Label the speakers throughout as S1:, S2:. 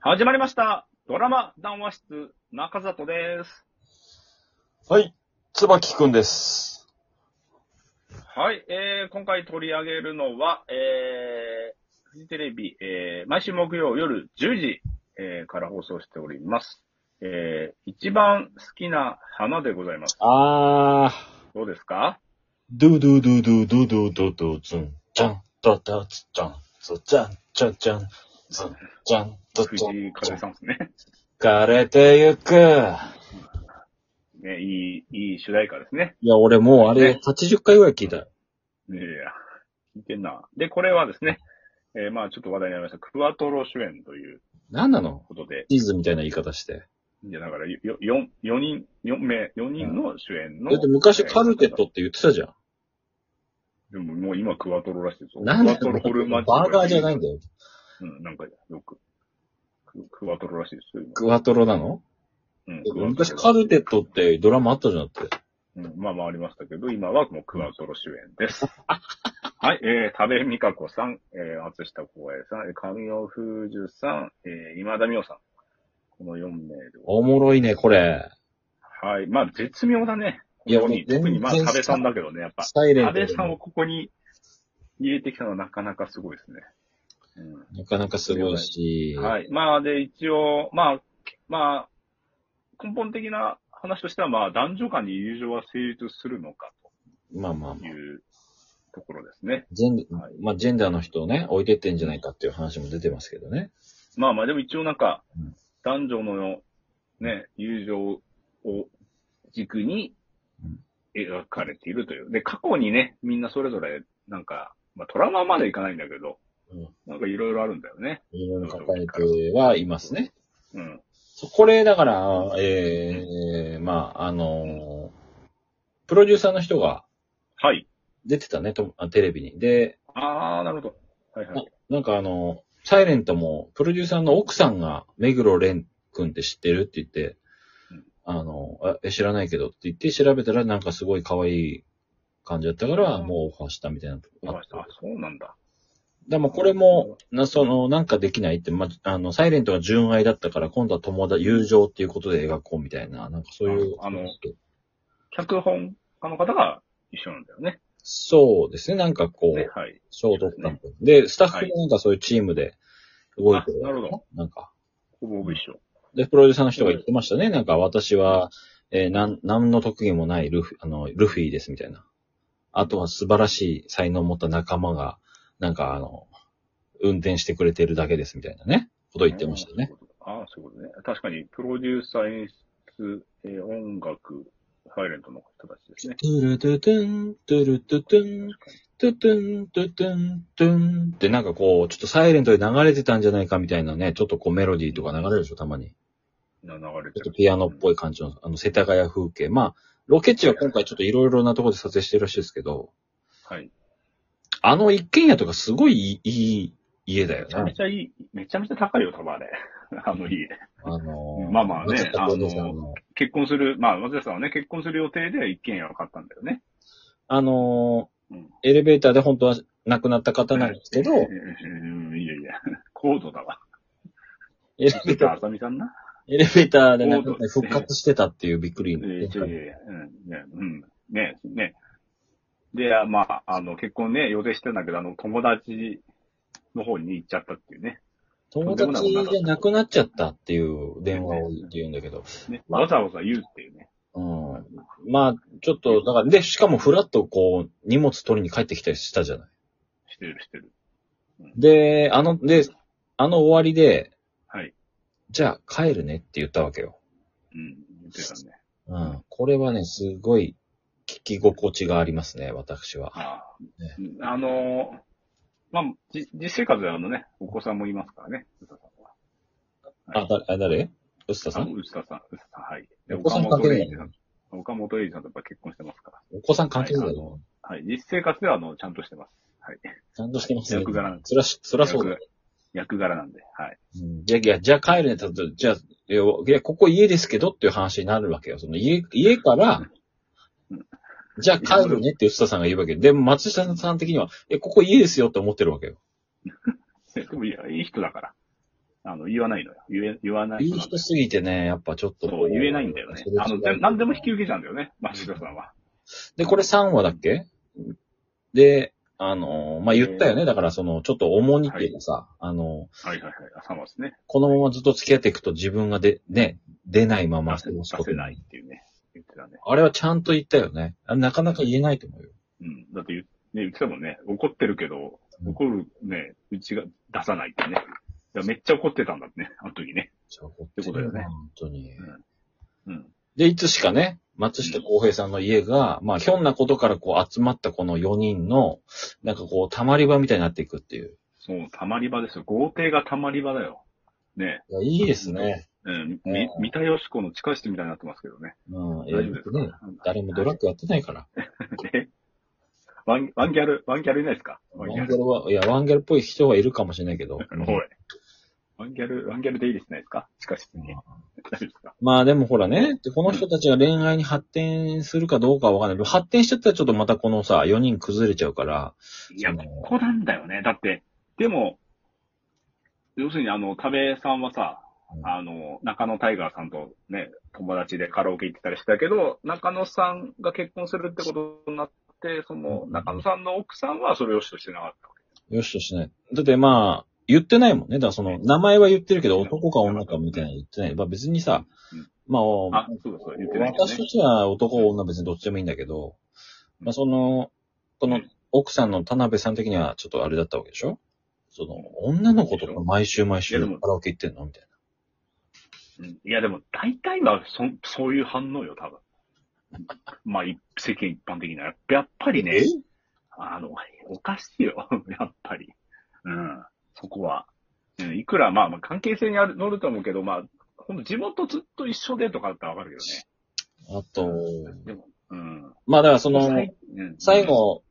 S1: 始まりました。ドラマ談話室、中里です。
S2: はい。つばきくんです。
S1: はい、えー、今回取り上げるのは、えー、フジテレビ、えー、毎週木曜夜10時、えー、から放送しております。えー、一番好きな花でございます。
S2: あー。
S1: どうですか
S2: ドゥドゥドゥドゥドゥドゥドゥドゥズン、ジャン、ダダツジャン、ズジャン、ジャンジャン、ズン、ジャン、ド
S1: 藤
S2: ドン
S1: 井風さんですね。
S2: 枯れてゆく。
S1: ね、いい、いい主題歌ですね。
S2: いや、俺もうあれ
S1: ね
S2: 80回ぐらい聞いたよ。
S1: いやいや、聞いてんな。で、これはですね、えー、まあちょっと話題になりました、クワトロ主演という
S2: なんなの
S1: ことで、
S2: チーズみたいな言い方して。
S1: いや、だから、よ、よ、4人、4名、四人の主演の。
S2: だって昔カルテット
S1: えー。
S2: って言ってたじゃん。
S1: でも、もう今クワトロらしいぞ。
S2: な
S1: ク
S2: んで
S1: ワトロホルマ。
S2: バーガーじゃないいんだよ。
S1: うん、なんか、よく。ククワトロらしいですよ。今
S2: クワトロなの
S1: うん、
S2: 昔カルテットってドラマあったじゃんだって。
S1: うん、まあまあありましたけど、今はもうクワトロ主演です。 はい、えー、多部美香子さん、えー、松下光栄さん、えー神尾楓珠さん、えー、今田美桜さん。この4名で。
S2: おもろいね、これ。
S1: はい、まあ絶妙だね。
S2: いや
S1: ここに
S2: もう全然
S1: 特にまあ多部さんだけどね、やっぱ。
S2: サイレン
S1: 安
S2: トで
S1: 倍さんをここに入れてきたのはなかなかすごいですね。
S2: なかなかすごいし
S1: うん、。はい。まあ、で、一応、まあ、まあ、根本的な話としては、まあ、男女間に友情は成立するのか
S2: まあまあま
S1: と
S2: あ。
S1: いうところですね。
S2: ジェン、
S1: はい
S2: まあ、ジェンダーの人をね、置いてってんじゃないかっていう話も出てますけどね。
S1: まあまあ、でも一応なんか
S2: うん、
S1: 男女のね、友情を軸に
S2: うん
S1: 描かれているという。で、過去にね、みんなそれぞれ、なんか、まあ、トラウマまでいかないんだけど、
S2: うん
S1: なんかいろいろあるんだよね。
S2: いろいろ抱えてはいますね。
S1: うん。
S2: そこれ、だから、ええまあ、あのープロデューサーの人が
S1: はい。
S2: 出てたね、とあテレビに。で、
S1: あー、なるほど。はいはい。
S2: なんかあの、サイレントも、プロデューサーの奥さんが、目黒蓮くんって知ってるって言って
S1: うん、
S2: あの、あえ知らないけどって言って調べたら、なんかすごい可愛い感じだったから、もうオファーしたみたいなとこ
S1: わかりましたあ、そうなんだ。
S2: でもこれも、な、その、なんかできないって、ま、あの、サイレントが純愛だったから、今度は友達、友情っていうことで描こうみたいな、なんかそういう。
S1: ああの脚本家の方が一緒なんだよね。
S2: そうですね、なんかこ
S1: ね
S2: う、
S1: はい。
S2: 衝突感と。で、スタッフもなんかそういうチームで動いてる。
S1: あなるほど。
S2: なんか。
S1: ほぼほぼ一緒。
S2: で、プロデューサーの人が言ってましたね、なんか私は、えーなん、なんの特技もないルフィ、あの、ルフィですみたいな。あとは素晴らしい才能を持った仲間が、なんかあの、運転してくれてるだけですみたいなね、ことを言ってましたね。
S1: ああ、そういうことね。確かに、プロデューサー演出、えー音楽、サイレントの人たちですね。
S2: トゥルトゥトゥン、トゥルトゥトゥン、トゥトゥン、トゥトゥン、トゥンってなんかこう、ちょっとサイレントで流れてたんじゃないかみたいなね、ちょっとこうメロディーとか流れるでしょ、たまに。
S1: な流れ
S2: ち
S1: て
S2: ょっ
S1: る
S2: と。ピアノっぽい感じの、あの、世田谷風景。まあ、ロケ地は今回ちょっといろいろなところで撮影してるらしいですけど、
S1: はい。
S2: あの一軒家とかすごいいいいい家だ
S1: めちゃ
S2: よ
S1: め
S2: ね。
S1: ちゃいい、めちゃめちゃ高いよ、多分あれ。 あの家。
S2: あのー、
S1: まあまあね
S2: 松下洸平さん
S1: あ
S2: の
S1: 結婚する、まあ、松田さんはね、結婚する予定で一軒家を買ったんだよね。
S2: あのー
S1: うん
S2: エレベーターで本当は亡くなった方なんですけ ど、
S1: うん、いやいや、高度だ わ。
S2: エレベ
S1: ちょ
S2: ー
S1: っと
S2: ター、
S1: あさみさんな。
S2: エレベーターで亡くなって復活してたっていうびっくり。
S1: えーいやいやいやうん、ね、うん、ね、ね。で、あまあ、あの、結婚ね、予定してたんだけど、あの、友達の方に行っちゃったっていうね。
S2: 友達じゃなくなっちゃったっていう電話を言って言うんだけど。
S1: ね
S2: まあ
S1: わざわざ言うっていうね。
S2: うん。まあ、ちょっと、だから、で、しかもふらっとこう、荷物取りに帰ってきたりしたじゃない。
S1: してる、してる。
S2: で、あの、で、あの終わりで、
S1: はい。
S2: じゃあ帰るねって言ったわけよ。
S1: うん、言ってたね。
S2: うん。これはね、すごい聞き心地がありますね、私は。
S1: ああうんあのーまあ、じ実生活ではあのね、お子さんもいますからね、うささんは。
S2: あ、だ、あ誰臼田さ
S1: あ
S2: ん
S1: うささん、うささん、はい。で
S2: お子さん関係ない
S1: ん。岡本英二さんとやっぱ結婚してますから。
S2: お子さん関係ないだろ。
S1: はい。実生活では、あの、ちゃんとしてます。はい。
S2: ちゃんとしてますね。
S1: 役柄なんで
S2: そりゃ、そりゃそうだよ。
S1: 役柄なんで、はい。
S2: うんじゃあ、いやじゃあ帰るねって言ったらじゃあ、いやいや、ここ家ですけどっていう話になるわけよ。その家、家から
S1: うん、
S2: じゃあ帰るねって臼田さんが言うわけで。でも松下さん的には、いや、ここ家ですよって思ってるわけよ。
S1: でもいや、いい人だから。あの、言わないのよ。言え、言わない。
S2: いい人すぎてね、やっぱちょっとこ。
S1: そうう、言えないんだよね
S2: それ。違う
S1: あの、全何でも引き受けちゃうんだよね、町田さんは。
S2: で、これ3話だっけで、あのー、まあ、言ったよね。だから、その、ちょっと重荷っていうかさ、あの、
S1: はいはいはい。朝松ね。
S2: このままずっと付き合っていくと自分がで、ね、出ないま
S1: 出
S2: ま過
S1: せ出
S2: ごすこと
S1: せ
S2: に
S1: ないっていうね。言ってたね。
S2: あれはちゃんと言ったよね。あなかなか言えないと思うよ。
S1: うん。だって言,、ね、言ってたもんね。怒ってるけど、
S2: うん
S1: 怒るね、うちが出さないってね。いやめっちゃ怒ってたんだってね、あの時ね。
S2: じゃあ、ほ
S1: ってことだよね
S2: 本当に。
S1: うんうん。
S2: で、いつしかね、松下洸平さんの家が、まあ、ひょんなことからこう集まったこの4人の、なんかこう、溜まり場みたいになっていくっていう。
S1: そう、溜まり場ですよ。豪邸が溜まり場だよ。ね
S2: いや、いいですね。
S1: うん。
S2: ね
S1: み、三田よし子の地下室みたいになってますけどね。
S2: うん、
S1: 大
S2: え
S1: 丈夫ですか、
S2: ね。誰もドラッグやってないから。
S1: えワン、ワンギャル、ワンギャルいないですかワ
S2: ワ
S1: ンギ
S2: ンギ
S1: ャ
S2: ャ
S1: ル。
S2: ルは、いや、ワンギャルっぽい人はいるかもしれないけ ど。
S1: おい。ワンギャル、ワンギャル出入りしないですか地下室に。大丈夫ですか
S2: まあでもほらね、でこの人たちが恋愛に発展するかどうかはわかんないけど、発展しちゃったらちょっとまたこのさ、4人崩れちゃうから、
S1: いや、
S2: そ
S1: こ
S2: の
S1: こなんだよね。だって、でも、要するにあの、田部さんはさ
S2: う、ん
S1: あの、中野タイガーさんとね、友達でカラオケ行ってたりしたけど、中野さんが結婚するってことになって、その
S2: う、ん
S1: 中野さんの奥さんはそれを良しとしてなかったわ
S2: よしとしない。だってまあ、言ってないもんね。だからその、名前は言ってるけど、男か女かみたいなの言ってない。まあ別にさ
S1: うん、
S2: まあ、
S1: け。あ、そうだそうだ、言ってないけど
S2: 私と
S1: ね。
S2: しては男女別にどっちでもいいんだけど、まあその、この奥さんの田辺さん的にはちょっとあれだったわけでしょその、女の子とか毎週毎週
S1: い
S2: カ
S1: やでも
S2: ラオケ行ってんのみたい
S1: うんいや、でも大体はそ、そういう反応よ、多分。 まあ、い世間一般的な。やっぱり
S2: な。
S1: ね、あの、おかしいよ、 やっぱり。うん、そこは。うん、いくら、まあ、まあ、関係性にある、乗ると思うけど、まあ、ほんと地元ずっと一緒でとかだったらわかるけ
S2: あと、
S1: どね。でも、うん。
S2: まあだからその、
S1: うん
S2: 最、後、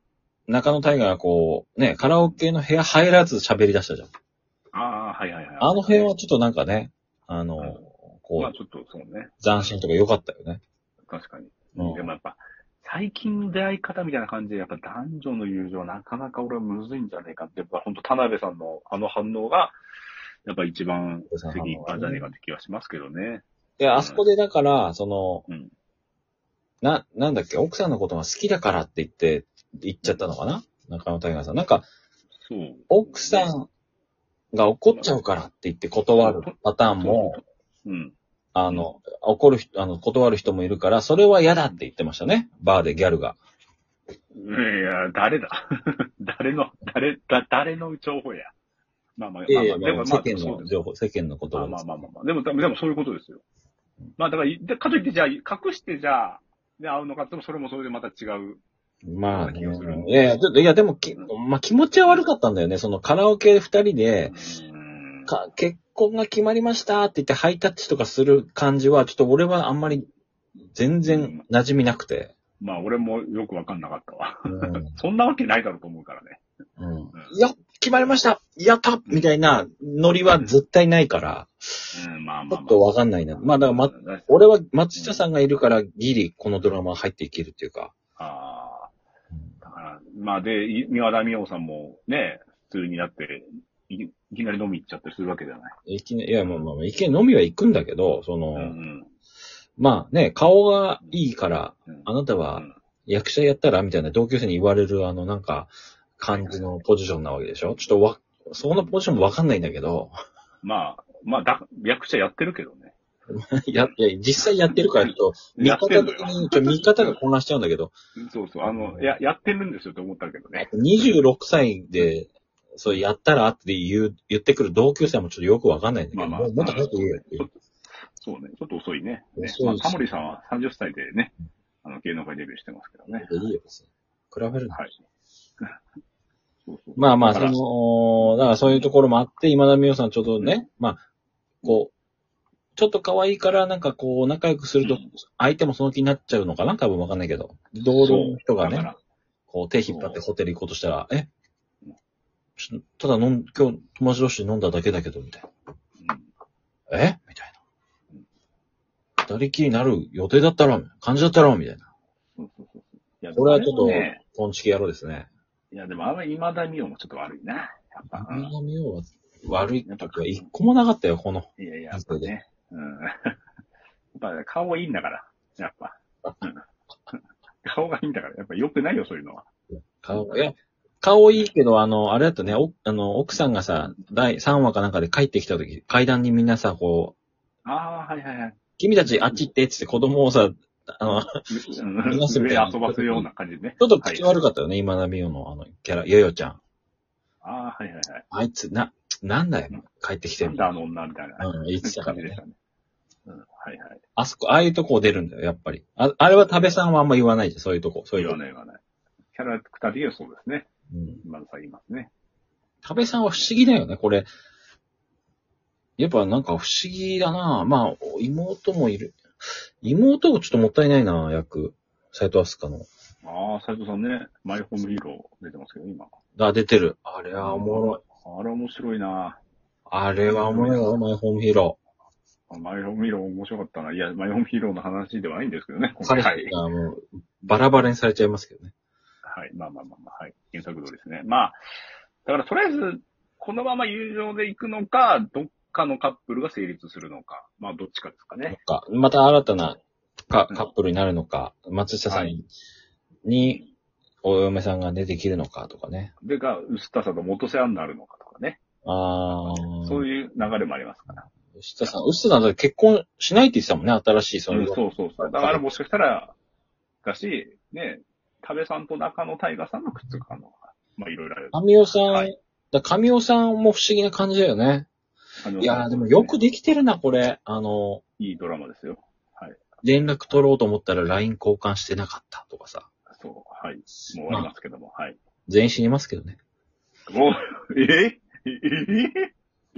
S2: 中野大河がこう、ね、カラオケの部屋入らず喋り出したじゃん。
S1: ああ、はいはいはい。
S2: あの辺はちょっとなんかね、あの
S1: うん、ま
S2: こ
S1: あ、ちょっと、そうね。
S2: う、斬新とか良かったよね。
S1: 確かに。
S2: うん
S1: でもやっぱ、最近の出会い方みたいな感じで、やっぱ男女の友情、なかなか俺はむずいんじゃねえかって、やっぱ本当田辺さんのあの反応が、やっぱ一番次一般じゃねえかって気はしますけどね。
S2: で、あそこでだから、その、
S1: うん
S2: な、なんだっけ、奥さんのことが好きだからって言って、言っちゃったのかな中野大河さん。なんか、
S1: そう。
S2: 奥さんが怒っちゃうからって言って断るパターンも、
S1: うん。
S2: あの、怒る人、あの、断る人もいるから、それは嫌だって言ってましたね。バーでギャルが。
S1: いや、誰だ誰の、誰、だ誰の情報や。まあまあ、
S2: いやい
S1: まあ
S2: や、
S1: まあ、でもまあ、
S2: 世間
S1: そう
S2: の
S1: です
S2: 情報、世間の言
S1: まあ
S2: 葉
S1: ま
S2: で
S1: あ
S2: す。
S1: まあまあまあ。でも、でもでもそういうことですよ。まあだから、でかといってじゃあ、隠してじゃあ、で、会うのかっても、それもそれでまた違う。
S2: まあね
S1: 気がする。
S2: いやいやちょっと、いやでもき、まあ気持ちは悪かったんだよね。そのカラオケ二人で、
S1: うん
S2: か、結婚が決まりましたって言ってハイタッチとかする感じは、ちょっと俺はあんまり全然馴染みなくて。
S1: まあ、俺もよくわかんなかったわ。
S2: うん。
S1: そんなわけないだろうと思うからね。
S2: うん、いや、決まりましたやったみたいなノリは絶対ないから、
S1: うん、まあ
S2: ち
S1: まあ
S2: ょっ
S1: ま
S2: とわかんないな。まあだから、ま、
S1: あ。
S2: 俺は松下さんがいるからギリこのドラマ入っていけるっていうか。
S1: ああ、だから、まあで、い三輪田美桜さんもね、普通になって、いいきなり飲み行っちゃったりするわけじゃない。
S2: いきなり、いや、まあまあまあ、いきなり飲みは行くんだけど、その、
S1: うん
S2: まあね、顔がいいから、
S1: うん。
S2: あなた
S1: う
S2: は
S1: ん
S2: 役者やったらみたいな同級生に言われる、あの、なんか、感じのポジションなわけでしょちょっとわ、そのポジションもわかんないんだけど、
S1: まあ、まあだ、役者やってるけどね。
S2: や、いや実際やってるから、ちょっと、見
S1: やっ
S2: 方
S1: てん
S2: 的
S1: のよ
S2: に、ちょ見方が混乱しちゃうんだけど、
S1: そうそう、あの、や、やってるんですよって思ったけどね。
S2: 26歳で、そうやったらって言う、言ってくる同級生もちょっとよくわかんないんだけど、
S1: まあまあ
S2: もうもっと早く言えよっていう。
S1: そうね、ちょっと遅いね。ね
S2: 遅い
S1: ま
S2: で
S1: あ、
S2: す
S1: タモリさんは30歳でね、あの、芸能界デビューしてますけどね。
S2: いいよ、別に比べるな。
S1: はい。そうそう。
S2: まあまあ、
S1: だ
S2: そ
S1: から
S2: の、だからそういうところもあって、今田美桜さんちょっとね、まあ、こう、ちょっと可愛いから、なんかこう、仲良くする
S1: う
S2: と
S1: ん、
S2: 相手もその気になっちゃうのかな多分わかんないけど。同僚の人が
S1: そうだか
S2: ね
S1: ら、
S2: こう、手引っ張ってホテル行こうとしたら、えちょっとただ飲ん、今日友達同士で飲んだだけだけど、みたい
S1: うん
S2: な。えみたいな。二人きりになる予定だったら、感じだったら、みたいな。
S1: そうそうそうそう。いや
S2: これはちょっと
S1: でもね、
S2: ポンチキ野郎ですね。
S1: いや、でもあんまり今田美桜もちょっと悪いな。やっぱ。うん
S2: 今田美桜は、悪い時は一個もなかったよ、この。
S1: いやいや、やっぱね。うん。 やっぱね顔がいいんだから、やっぱ。うん 顔がいいんだから、やっぱ良くないよ、そういうのは。
S2: 顔が、いや、顔いいけど、あの、あれだとね、おあの、奥さんがさ、第3話かなんかで帰ってきた時、階段にみんなさ、こう、
S1: ああ、はいはい はい。
S2: 君たちあっち行ってっつって子供をさ、あの、ち
S1: うん
S2: 話すみ
S1: 上
S2: たいな
S1: 遊ばすような感じね。
S2: ょっと口悪
S1: はい
S2: かったよね、今田美桜のあの、キャラ、ヨヨちゃん。
S1: ああ、はいはいはい。
S2: あいつ、な、なんだよ、帰ってきて
S1: な
S2: る
S1: ん。だあの女みたいな
S2: うん、言ってたか
S1: 感
S2: ら
S1: じでし
S2: ね。
S1: たね。うん、はいはい。
S2: あそこ、ああいうとこ出るんだよ、やっぱり。ああれは多部さんはあんま言わないじゃん、そういうとこ。そういう
S1: 言
S2: と
S1: わ
S2: こ。
S1: ない言わない。キャラクター的にはそうですね。
S2: うん。
S1: 今のさ、言いますね。
S2: 多部さんは不思議だよね、これ。やっぱなんか不思議だなまあ、妹もいる。妹をちょっともったいないな役。斎藤飛鳥の。
S1: ああ、斉藤さんね、マイホームヒーロー出てますけど、今。
S2: が出てる。あれはおもろい。
S1: あれ面白いな
S2: あれはおもろいわ、マイホームヒーロ
S1: あマイホームヒーロー面白かったな。いや、マイホームヒーローの話ではないんですけどね。
S2: ー。
S1: 今回
S2: 彼
S1: は
S2: 氏
S1: い。
S2: がもう、バラバラにされちゃいますけどね。
S1: はい。まあまあまあまあ、はい。原作通りですね。まあ、だからとりあえず、このまま友情で行くのか、どっかのカップルが成立するのか。まあ、どっちかですかね。
S2: か、また新たなカカップルになるのか、松下さんに、お嫁さんが出てきるのかとかね。
S1: でが、薄田さんと元世話になるのかとかね。
S2: ああ、
S1: そういう流れもありますから。
S2: 牛田さん、牛田さんだって結婚しないって言ってたもんね、新しい、そ
S1: うん
S2: の、
S1: そうそうそう。だからもしかしたら、だし、ね、多部さんと中野大河さんがくっつく可能が。まあ、いろいろある。
S2: 神尾さん、
S1: は
S2: だ神尾さんも不思議な感じだよね。いやーでもよくできてるな、これ。あの、
S1: いいドラマですよ。
S2: 連絡取ろうと思ったら LINE 交換してなかったとかさ。
S1: そう。はい。もう終わりますけども。はい。
S2: 全員死にますけどね。
S1: お、えええ